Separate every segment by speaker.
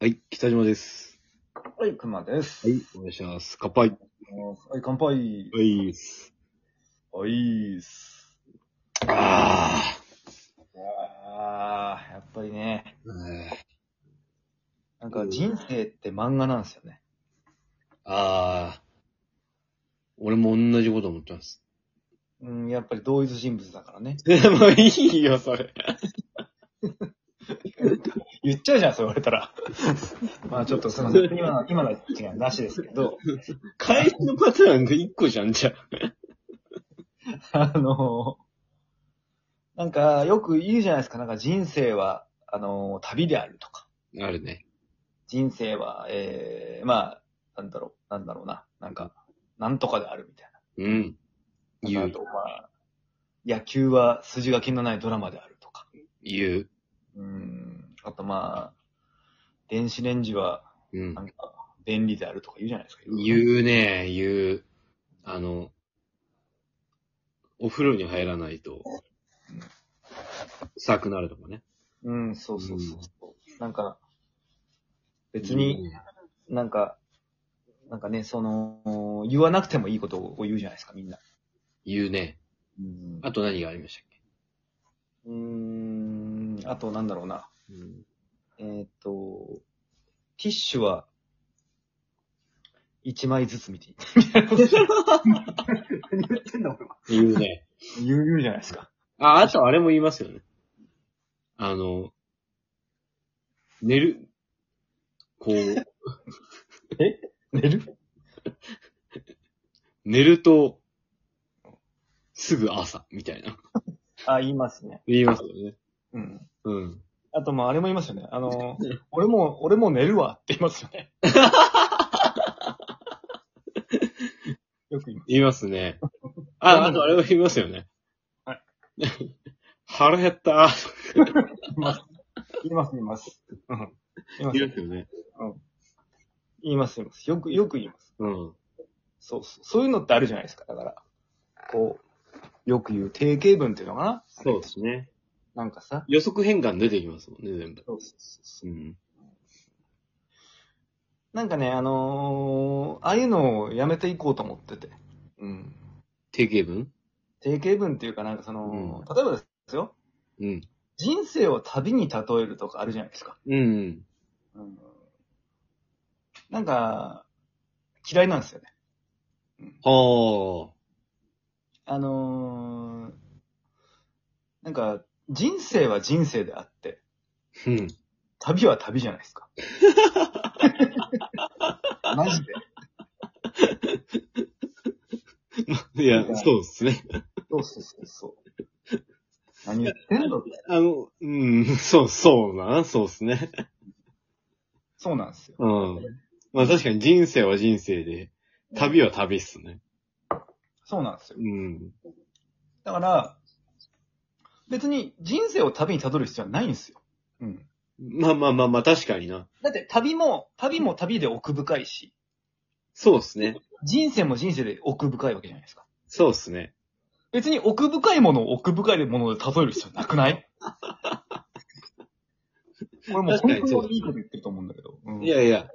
Speaker 1: はい、北島です。
Speaker 2: はい、くまです。
Speaker 1: はい、お願いします。乾杯。
Speaker 2: はい、乾杯。
Speaker 1: はい。
Speaker 2: おいーす。
Speaker 1: あ
Speaker 2: あー、やっぱりね、
Speaker 1: ーえー
Speaker 2: なんか人生って漫画なんですよね。
Speaker 1: あー。俺も同じこと思ってます。
Speaker 2: うん、やっぱり同一人物だからね。
Speaker 1: で もいいよ、それ。
Speaker 2: 言っちゃうじゃん、そう言われ たら。まあちょっとすいません。今の、今のは違う、なしですけ ど、
Speaker 1: 返しのパターンが一個じゃん、じゃ
Speaker 2: あのー、なんかよく言うじゃないですか、なんか人生は、あのー、旅であるとか。
Speaker 1: あ。あるね。
Speaker 2: 人生は、ええまあ、なんだろう、なんだろうな。なんか、なんとかであるみたいな。
Speaker 1: うん。言
Speaker 2: あ
Speaker 1: う、
Speaker 2: と、まあ、野球は筋書きのないドラマであるとか。
Speaker 1: 言
Speaker 2: うん。あとまあ、電子レンジは
Speaker 1: う。うん
Speaker 2: な。んか便利であるとか言うじゃないですか。う。
Speaker 1: 言うね、言う。あの、お風呂に入らないと、臭くなるとかね。
Speaker 2: うん、そうそうそうそう。なんか、別に、なんか、なんかね、その、言わなくてもいいことを言うじゃないですか、みんな。
Speaker 1: 言うね。言うね。
Speaker 2: うん
Speaker 1: あと何がありましたっけ
Speaker 2: うん、あとなんだろうな。
Speaker 1: うん。
Speaker 2: えーっと、ティッシュは、一枚ずつ見ていい。何言ってんだ、俺は。
Speaker 1: 言うね。
Speaker 2: 言う言うじゃないですか。
Speaker 1: あ、あとあれも言いますよね。あの、寝る、こう、
Speaker 2: 寝る
Speaker 1: 寝ると、すぐ朝、みたいな。
Speaker 2: あ、言いますね。
Speaker 1: 言いますよね。
Speaker 2: うん。
Speaker 1: うん。
Speaker 2: あと、まあ、あれも言いますよね。あの、俺も、俺も寝るわって言いますよ ね。よく言います。
Speaker 1: 言いますね。あ、あとあれも言いますよね。。
Speaker 2: はい
Speaker 1: 腹減った。
Speaker 2: 言います。言います、言います。うん。言います
Speaker 1: 言いますよね。
Speaker 2: 言います、言います。よく、よく言います。
Speaker 1: うん。
Speaker 2: そうそう。そういうのってあるじゃないですか。だから、こう、よく言う定型文っていうのかな
Speaker 1: そうですね。
Speaker 2: なんかさ。
Speaker 1: 予測変換出てきますもんね、全部。
Speaker 2: そうそうそうそう
Speaker 1: うん。
Speaker 2: なんかね、あのーああいうのをやめていこうと思ってて。うん。
Speaker 1: 定型文
Speaker 2: 定型文っていうかなんかその、例えばですよ。
Speaker 1: うん。
Speaker 2: 人生を旅に例えるとかあるじゃないですか。
Speaker 1: うん。
Speaker 2: うん、なんか、嫌いなんですよね。
Speaker 1: は
Speaker 2: あのーなんか、人生は人生であって、
Speaker 1: あ。うん。
Speaker 2: 旅は旅じゃないです か。マジで。
Speaker 1: いや、そうですね。
Speaker 2: そうそうそうそう。何言ってんのって。
Speaker 1: あの、うん、 そう、そうだな、そうですね。
Speaker 2: そうなんですよ。
Speaker 1: うん。まあ確かに人生は人生で、旅は旅っすね。
Speaker 2: そうなんですよ。
Speaker 1: うん。
Speaker 2: だから、別に人生を旅にたどる必要はないんですよ。うん。
Speaker 1: まあまあまあまあ、確かにな。
Speaker 2: だって旅も、旅も旅で奥深いし、
Speaker 1: そうですね。
Speaker 2: 人生も人生で奥深いわけじゃないですか。
Speaker 1: そうですね。
Speaker 2: 別に奥深いものを奥深いもので例える必要なくない 俺もう本当にいいこと言ってると思うんだけど。うん、
Speaker 1: いやいや。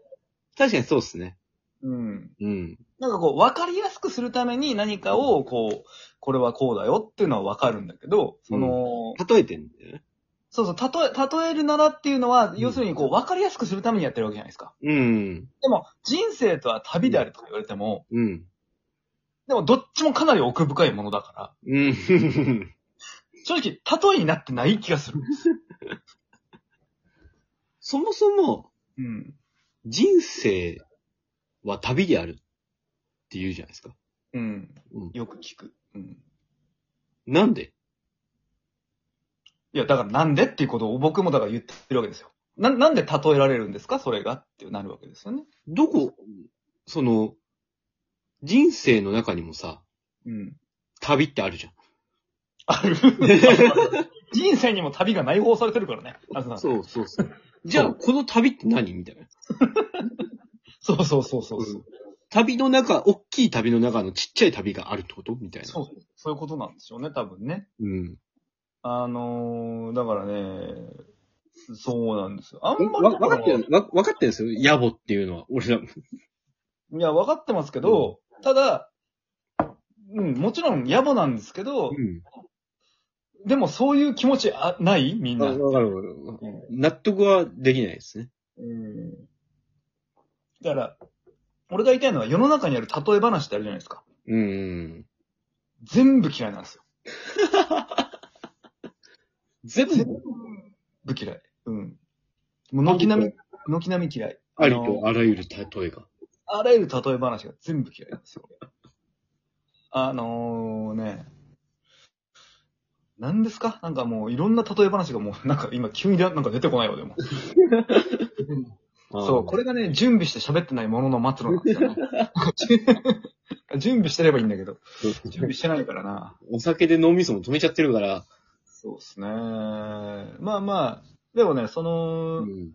Speaker 1: 確かにそうですね。
Speaker 2: うん。
Speaker 1: うん。
Speaker 2: なんかこう、わかりやすくするために何かを、こう、これはこうだよっていうのはわかるんだけど、その、
Speaker 1: 例えてんだよね。
Speaker 2: そうそう、たとえ、例えるならっていうのは
Speaker 1: ん、
Speaker 2: 要するにこう、わかりやすくするためにやってるわけじゃないですか。
Speaker 1: うん。
Speaker 2: でも、人生とは旅であるとか言われても、
Speaker 1: うん。
Speaker 2: でもどっちもかなり奥深いものだか
Speaker 1: うん。
Speaker 2: ら、正直、例えになってない気がする。
Speaker 1: そもそも、
Speaker 2: うん。
Speaker 1: 人生は旅であるって言うじゃないですか。
Speaker 2: うん。
Speaker 1: うん。
Speaker 2: よく聞く。うん。
Speaker 1: なんで
Speaker 2: いや、だからなんでっていうことを僕もだから言ってるわけですよ。な、なんで例えられるんですかそれがってなるわけですよね。
Speaker 1: どこ、その、人生の中にもさ、
Speaker 2: うん。
Speaker 1: 旅ってあるじゃん。
Speaker 2: あ る。人生にも旅が内包されてるからね。あそう
Speaker 1: そうそうそう。 じゃあ、この旅って何みたいな。
Speaker 2: そうそうそうそう。
Speaker 1: うん旅の中、大きい旅の中のちっちゃい旅があるってことみたいな。
Speaker 2: そうそう。そういうことなんですよね、多分ね。
Speaker 1: うん。
Speaker 2: あのー、だからね、そうなんですよ。あんまり
Speaker 1: わ、
Speaker 2: だ
Speaker 1: わ
Speaker 2: ら
Speaker 1: かってる、わ、わかってるんですよ。野暮っていうのは。俺らも。
Speaker 2: いや、わかってますけど、ただ、うん、もちろん野暮なんですけど、
Speaker 1: ん。
Speaker 2: でもそういう気持ちあないみん
Speaker 1: わ
Speaker 2: な。
Speaker 1: わかるわかる。
Speaker 2: う
Speaker 1: 納得はできないですね。
Speaker 2: んだから、俺が言いたいのは世の中にある例え話ってあるじゃないですか。
Speaker 1: うん。
Speaker 2: 全部嫌いなんですよ。
Speaker 1: 全部、
Speaker 2: 全部嫌い。うん。もう軒並み、軒並み嫌い。
Speaker 1: あり
Speaker 2: あ
Speaker 1: と
Speaker 2: の
Speaker 1: あらゆる例えが。
Speaker 2: あらゆる例え話が全部嫌いなんですよ。あのー、ね。何ですかなんかもういろんな例え話がもうなんか今急にだなんか出てこないわ、でも。そう、こ
Speaker 1: れ。
Speaker 2: れがね、準備して喋ってないものの末路なんですよね。準備してればいいんだけど、準備してないからな。
Speaker 1: お酒で脳みそも止めちゃってるから。
Speaker 2: そうですね。まあまあ、でもね、その、例え
Speaker 1: ん。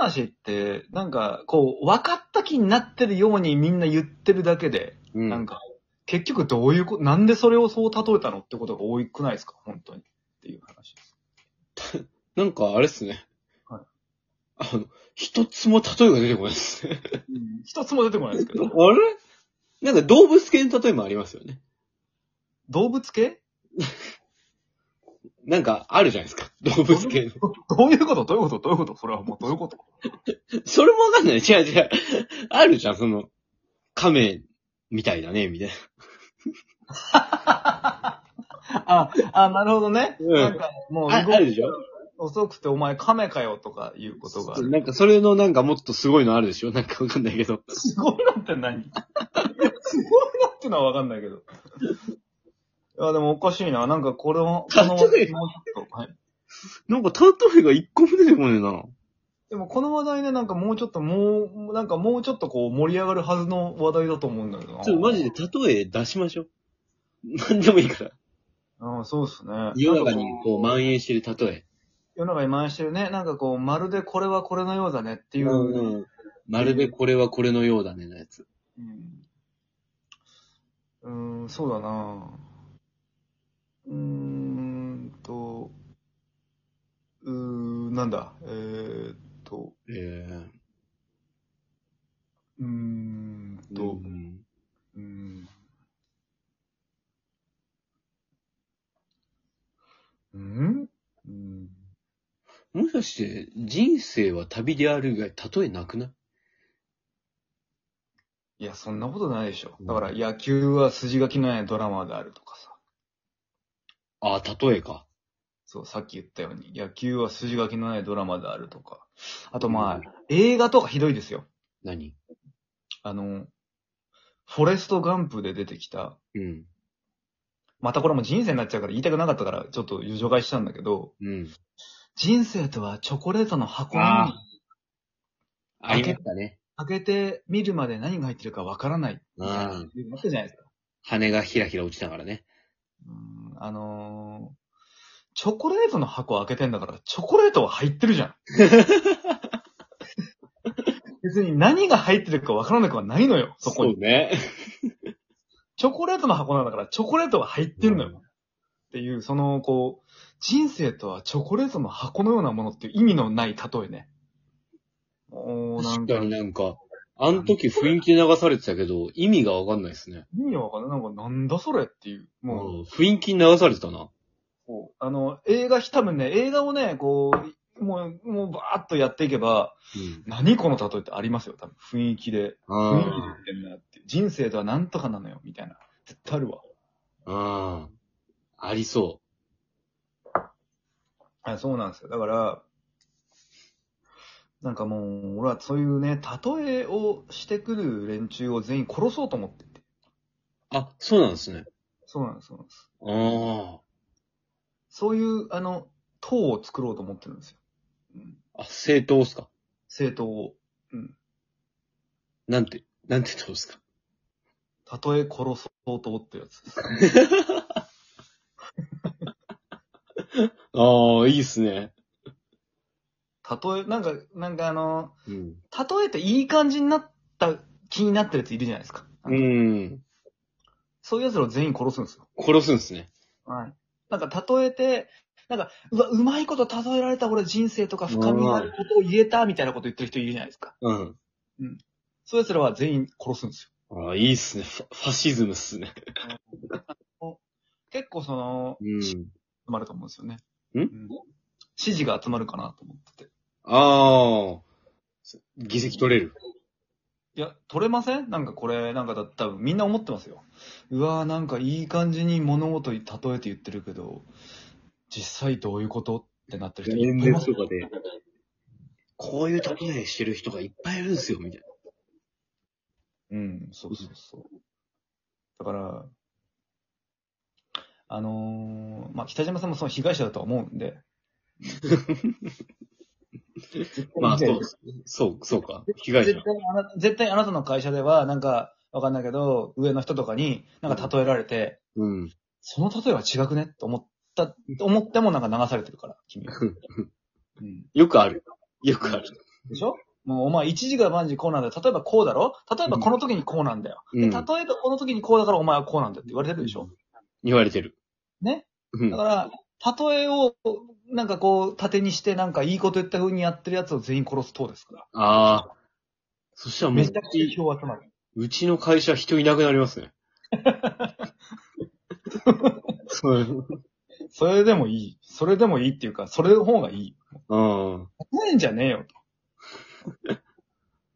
Speaker 2: 話って、なんか、こう、分かった気になってるようにみんな言ってるだけで、
Speaker 1: うん
Speaker 2: なんか、結局どういうこと、なんでそれをそう例えたのってことが多くないですか本当に。っていう話。
Speaker 1: なんかあれっすね。
Speaker 2: はい
Speaker 1: あの、一つも例えが出てこないっすね。
Speaker 2: 一つも出てこないですけ
Speaker 1: あ れ
Speaker 2: ど。
Speaker 1: なんか動物系の例えもありますよね。
Speaker 2: 動物系
Speaker 1: なんかあるじゃないですか。動物系の。
Speaker 2: どういうことどういうことどういうことそれはもうどういうこと
Speaker 1: それもわかんない。違う違う。あるじゃん、その、亀みたいだね、みたいな。
Speaker 2: あ、あ、なるほどね。
Speaker 1: うん
Speaker 2: なんか、もう
Speaker 1: ああるでしょ
Speaker 2: 遅くてお前亀かよとかいうことがある。
Speaker 1: なんかそれのなんかもっとすごいのあるでしょなんかわかんないけど。
Speaker 2: すごいなって何 すごいなってのはわかんないけど。いや、でもおかしいな。なんかこれを、この
Speaker 1: かっこいい
Speaker 2: もうちょっと、はい。
Speaker 1: なんか例えが一個も出てこねえな。
Speaker 2: でもこの話題ね、なんかもうちょっともう、なんかもうちょっとこう盛り上がるはずの話題だと思うんだけどな。
Speaker 1: ちょっとマジで例え出しましょう。なんでもいいから。
Speaker 2: うん、そうですね。
Speaker 1: 世の中にこう
Speaker 2: なんか
Speaker 1: 蔓延してる例え。
Speaker 2: 世の中に回してるね。なんかこう、まるでこれはこれのようだねっていう。
Speaker 1: うんまるでこれはこれのようだねのやつ。
Speaker 2: うん、うーんそうだなうーんと、うーん、なんだ、えー、っと、
Speaker 1: えー、
Speaker 2: うーんと、
Speaker 1: う
Speaker 2: うんーん。うんうん
Speaker 1: もしかして、人生は旅である以外、例えなくない
Speaker 2: いや、そんなことないでしょ。だから、野球は筋書きのないドラマであるとかさ。
Speaker 1: ああ、例えか。
Speaker 2: そう、さっき言ったように、野球は筋書きのないドラマであるとか。あとまあ、映画とかひどいですよ。
Speaker 1: 何
Speaker 2: あの、フォレストガンプで出てきた、
Speaker 1: うん。
Speaker 2: またこれも人生になっちゃうから言いたくなかったからちょっと除外したんだけど、
Speaker 1: うん。
Speaker 2: 人生とはチョコレートの箱のように
Speaker 1: ありましたね。
Speaker 2: 開けてみるまで何が入ってるかわからない。
Speaker 1: ああ
Speaker 2: なったじゃないですか。
Speaker 1: 羽がひらひら落ちながらね。
Speaker 2: うん、あのーチョコレートの箱を開けてんだから、チョコレートは入ってる じゃん。別に何が入ってるかわからなくはないのよ、そこに。
Speaker 1: うね。
Speaker 2: チョコレートの箱なんだから、チョコレートは入ってるのよ。
Speaker 1: うん
Speaker 2: っていう、その、こう、人生とはチョコレートの箱のようなものっていう意味のない例えね。おー、な
Speaker 1: 確
Speaker 2: んか
Speaker 1: か、になんか、あの時雰囲気で流されてたけど、意味がわかんないですね。
Speaker 2: 意味わかんない。なんか、なんだそれっていう。
Speaker 1: う
Speaker 2: もう、
Speaker 1: ん。雰囲気に流されてたな。
Speaker 2: こうあの、映画、多分ね、映画をね、こう、もう、もうバーッとやっていけば、
Speaker 1: うん。
Speaker 2: 何この例えってありますよ、多分。雰囲気で。雰囲気で言
Speaker 1: あ
Speaker 2: ってんなって。人生とはなんとかなのよ、みたいな。絶対あるわ。
Speaker 1: あ。ああ。ありそ
Speaker 2: あそうなんですよ。だから、なんかもう、俺はそういうね、例えをしてくる連中を全員殺そうと思ってて。
Speaker 1: う。あ、そうなんですね。
Speaker 2: そうなんです、そうなんです。
Speaker 1: あ
Speaker 2: そういう、あの、党を作ろうと思ってるんですよ。うん。
Speaker 1: あ。あ、正当っすか
Speaker 2: 政党を。
Speaker 1: なんて、なんてどうっすか
Speaker 2: たえ殺そう党ってやつです。
Speaker 1: ああ、いいっすね。
Speaker 2: たとえ、なんか、なんかあの、
Speaker 1: うん。
Speaker 2: たとえっていい感じになった気になってるやついるじゃないですか。
Speaker 1: うん。
Speaker 2: そういうやつらを全員殺すんですよ。
Speaker 1: 殺すんすね。
Speaker 2: はい。なんか、例えて、なんか、うわ、うまいこと例えられた俺人生とか深みのあることを言えたみたいなこと言ってる人いるじゃないですか。
Speaker 1: うん。
Speaker 2: そういう奴らは全員殺すんですよ。
Speaker 1: ああ、いいっすね。ファファシズムっすね。
Speaker 2: 結構その、集
Speaker 1: うん。
Speaker 2: まると思うんですよね。
Speaker 1: ん
Speaker 2: 支持が集まるかなと思ってて。
Speaker 1: ああ、議席取れる。
Speaker 2: いや、取れませんなんかこれ、なんかだ多分みんな思ってますよ。うわーなんかいい感じに物事に例えて言ってるけど、実際どういうことってなってる人い
Speaker 1: 演
Speaker 2: っぱいいま
Speaker 1: 説
Speaker 2: す
Speaker 1: とかで、こういう例えしてる人がいっぱいいるんですよ、みたい
Speaker 2: うん、そうそうそう。だから、あのーまあ、北島さんもその被害者だとは思うんで。
Speaker 1: な。 まあ、そう、そう、そうか。被害者
Speaker 2: 絶。対あなた、絶対あなたの会社では、なんか、わかんないけど、上の人とかに、なんか例えられて、
Speaker 1: うん。
Speaker 2: その例えは違くねと思った、思ってもなんか流されてるから、君 は。うん、
Speaker 1: よくある。よくある。
Speaker 2: でしょもうお前1時から万時こうなんだよ。例えばこうだろ例えばこの時にこうなんだよ。
Speaker 1: う
Speaker 2: 例え
Speaker 1: ん。
Speaker 2: ばこの時にこうだからお前はこうなんだって言われてるでしょ
Speaker 1: 言われてる。
Speaker 2: ね
Speaker 1: うん
Speaker 2: だから、例えを、なんかこう、縦にして、なんかいいこと言った風にやってるやつを全員殺す党ですか
Speaker 1: ああ。そしたら
Speaker 2: ら。
Speaker 1: も
Speaker 2: め
Speaker 1: う
Speaker 2: ちゃ、くちゃ票集まる。
Speaker 1: うちの会社人いなくなります ね。そう。
Speaker 2: それでもいい。それでもいいっていうか、それの方がいい。
Speaker 1: うん。
Speaker 2: 答えんじゃねえよ、と。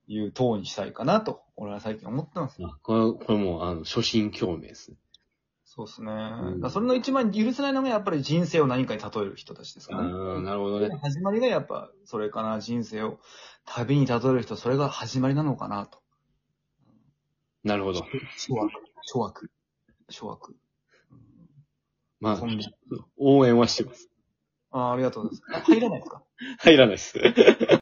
Speaker 2: いう党にしたいかなと、俺は最近思ってます。
Speaker 1: あこれ、これもう、あの、初心表明ですね。
Speaker 2: そうですね。だからそれの一番許せないのがやっぱり人生を何かに例える人たちですからね。
Speaker 1: ああ、なるほどね。
Speaker 2: 始まりがやっぱ、それかな、人生を旅に例える人、それが始まりなのかなと。
Speaker 1: なるほど。
Speaker 2: 諸悪。諸悪。諸悪。
Speaker 1: まあ
Speaker 2: コ、ンビ
Speaker 1: 応援はしてます。
Speaker 2: あーありがとうございます。入らないですか
Speaker 1: 入らないです。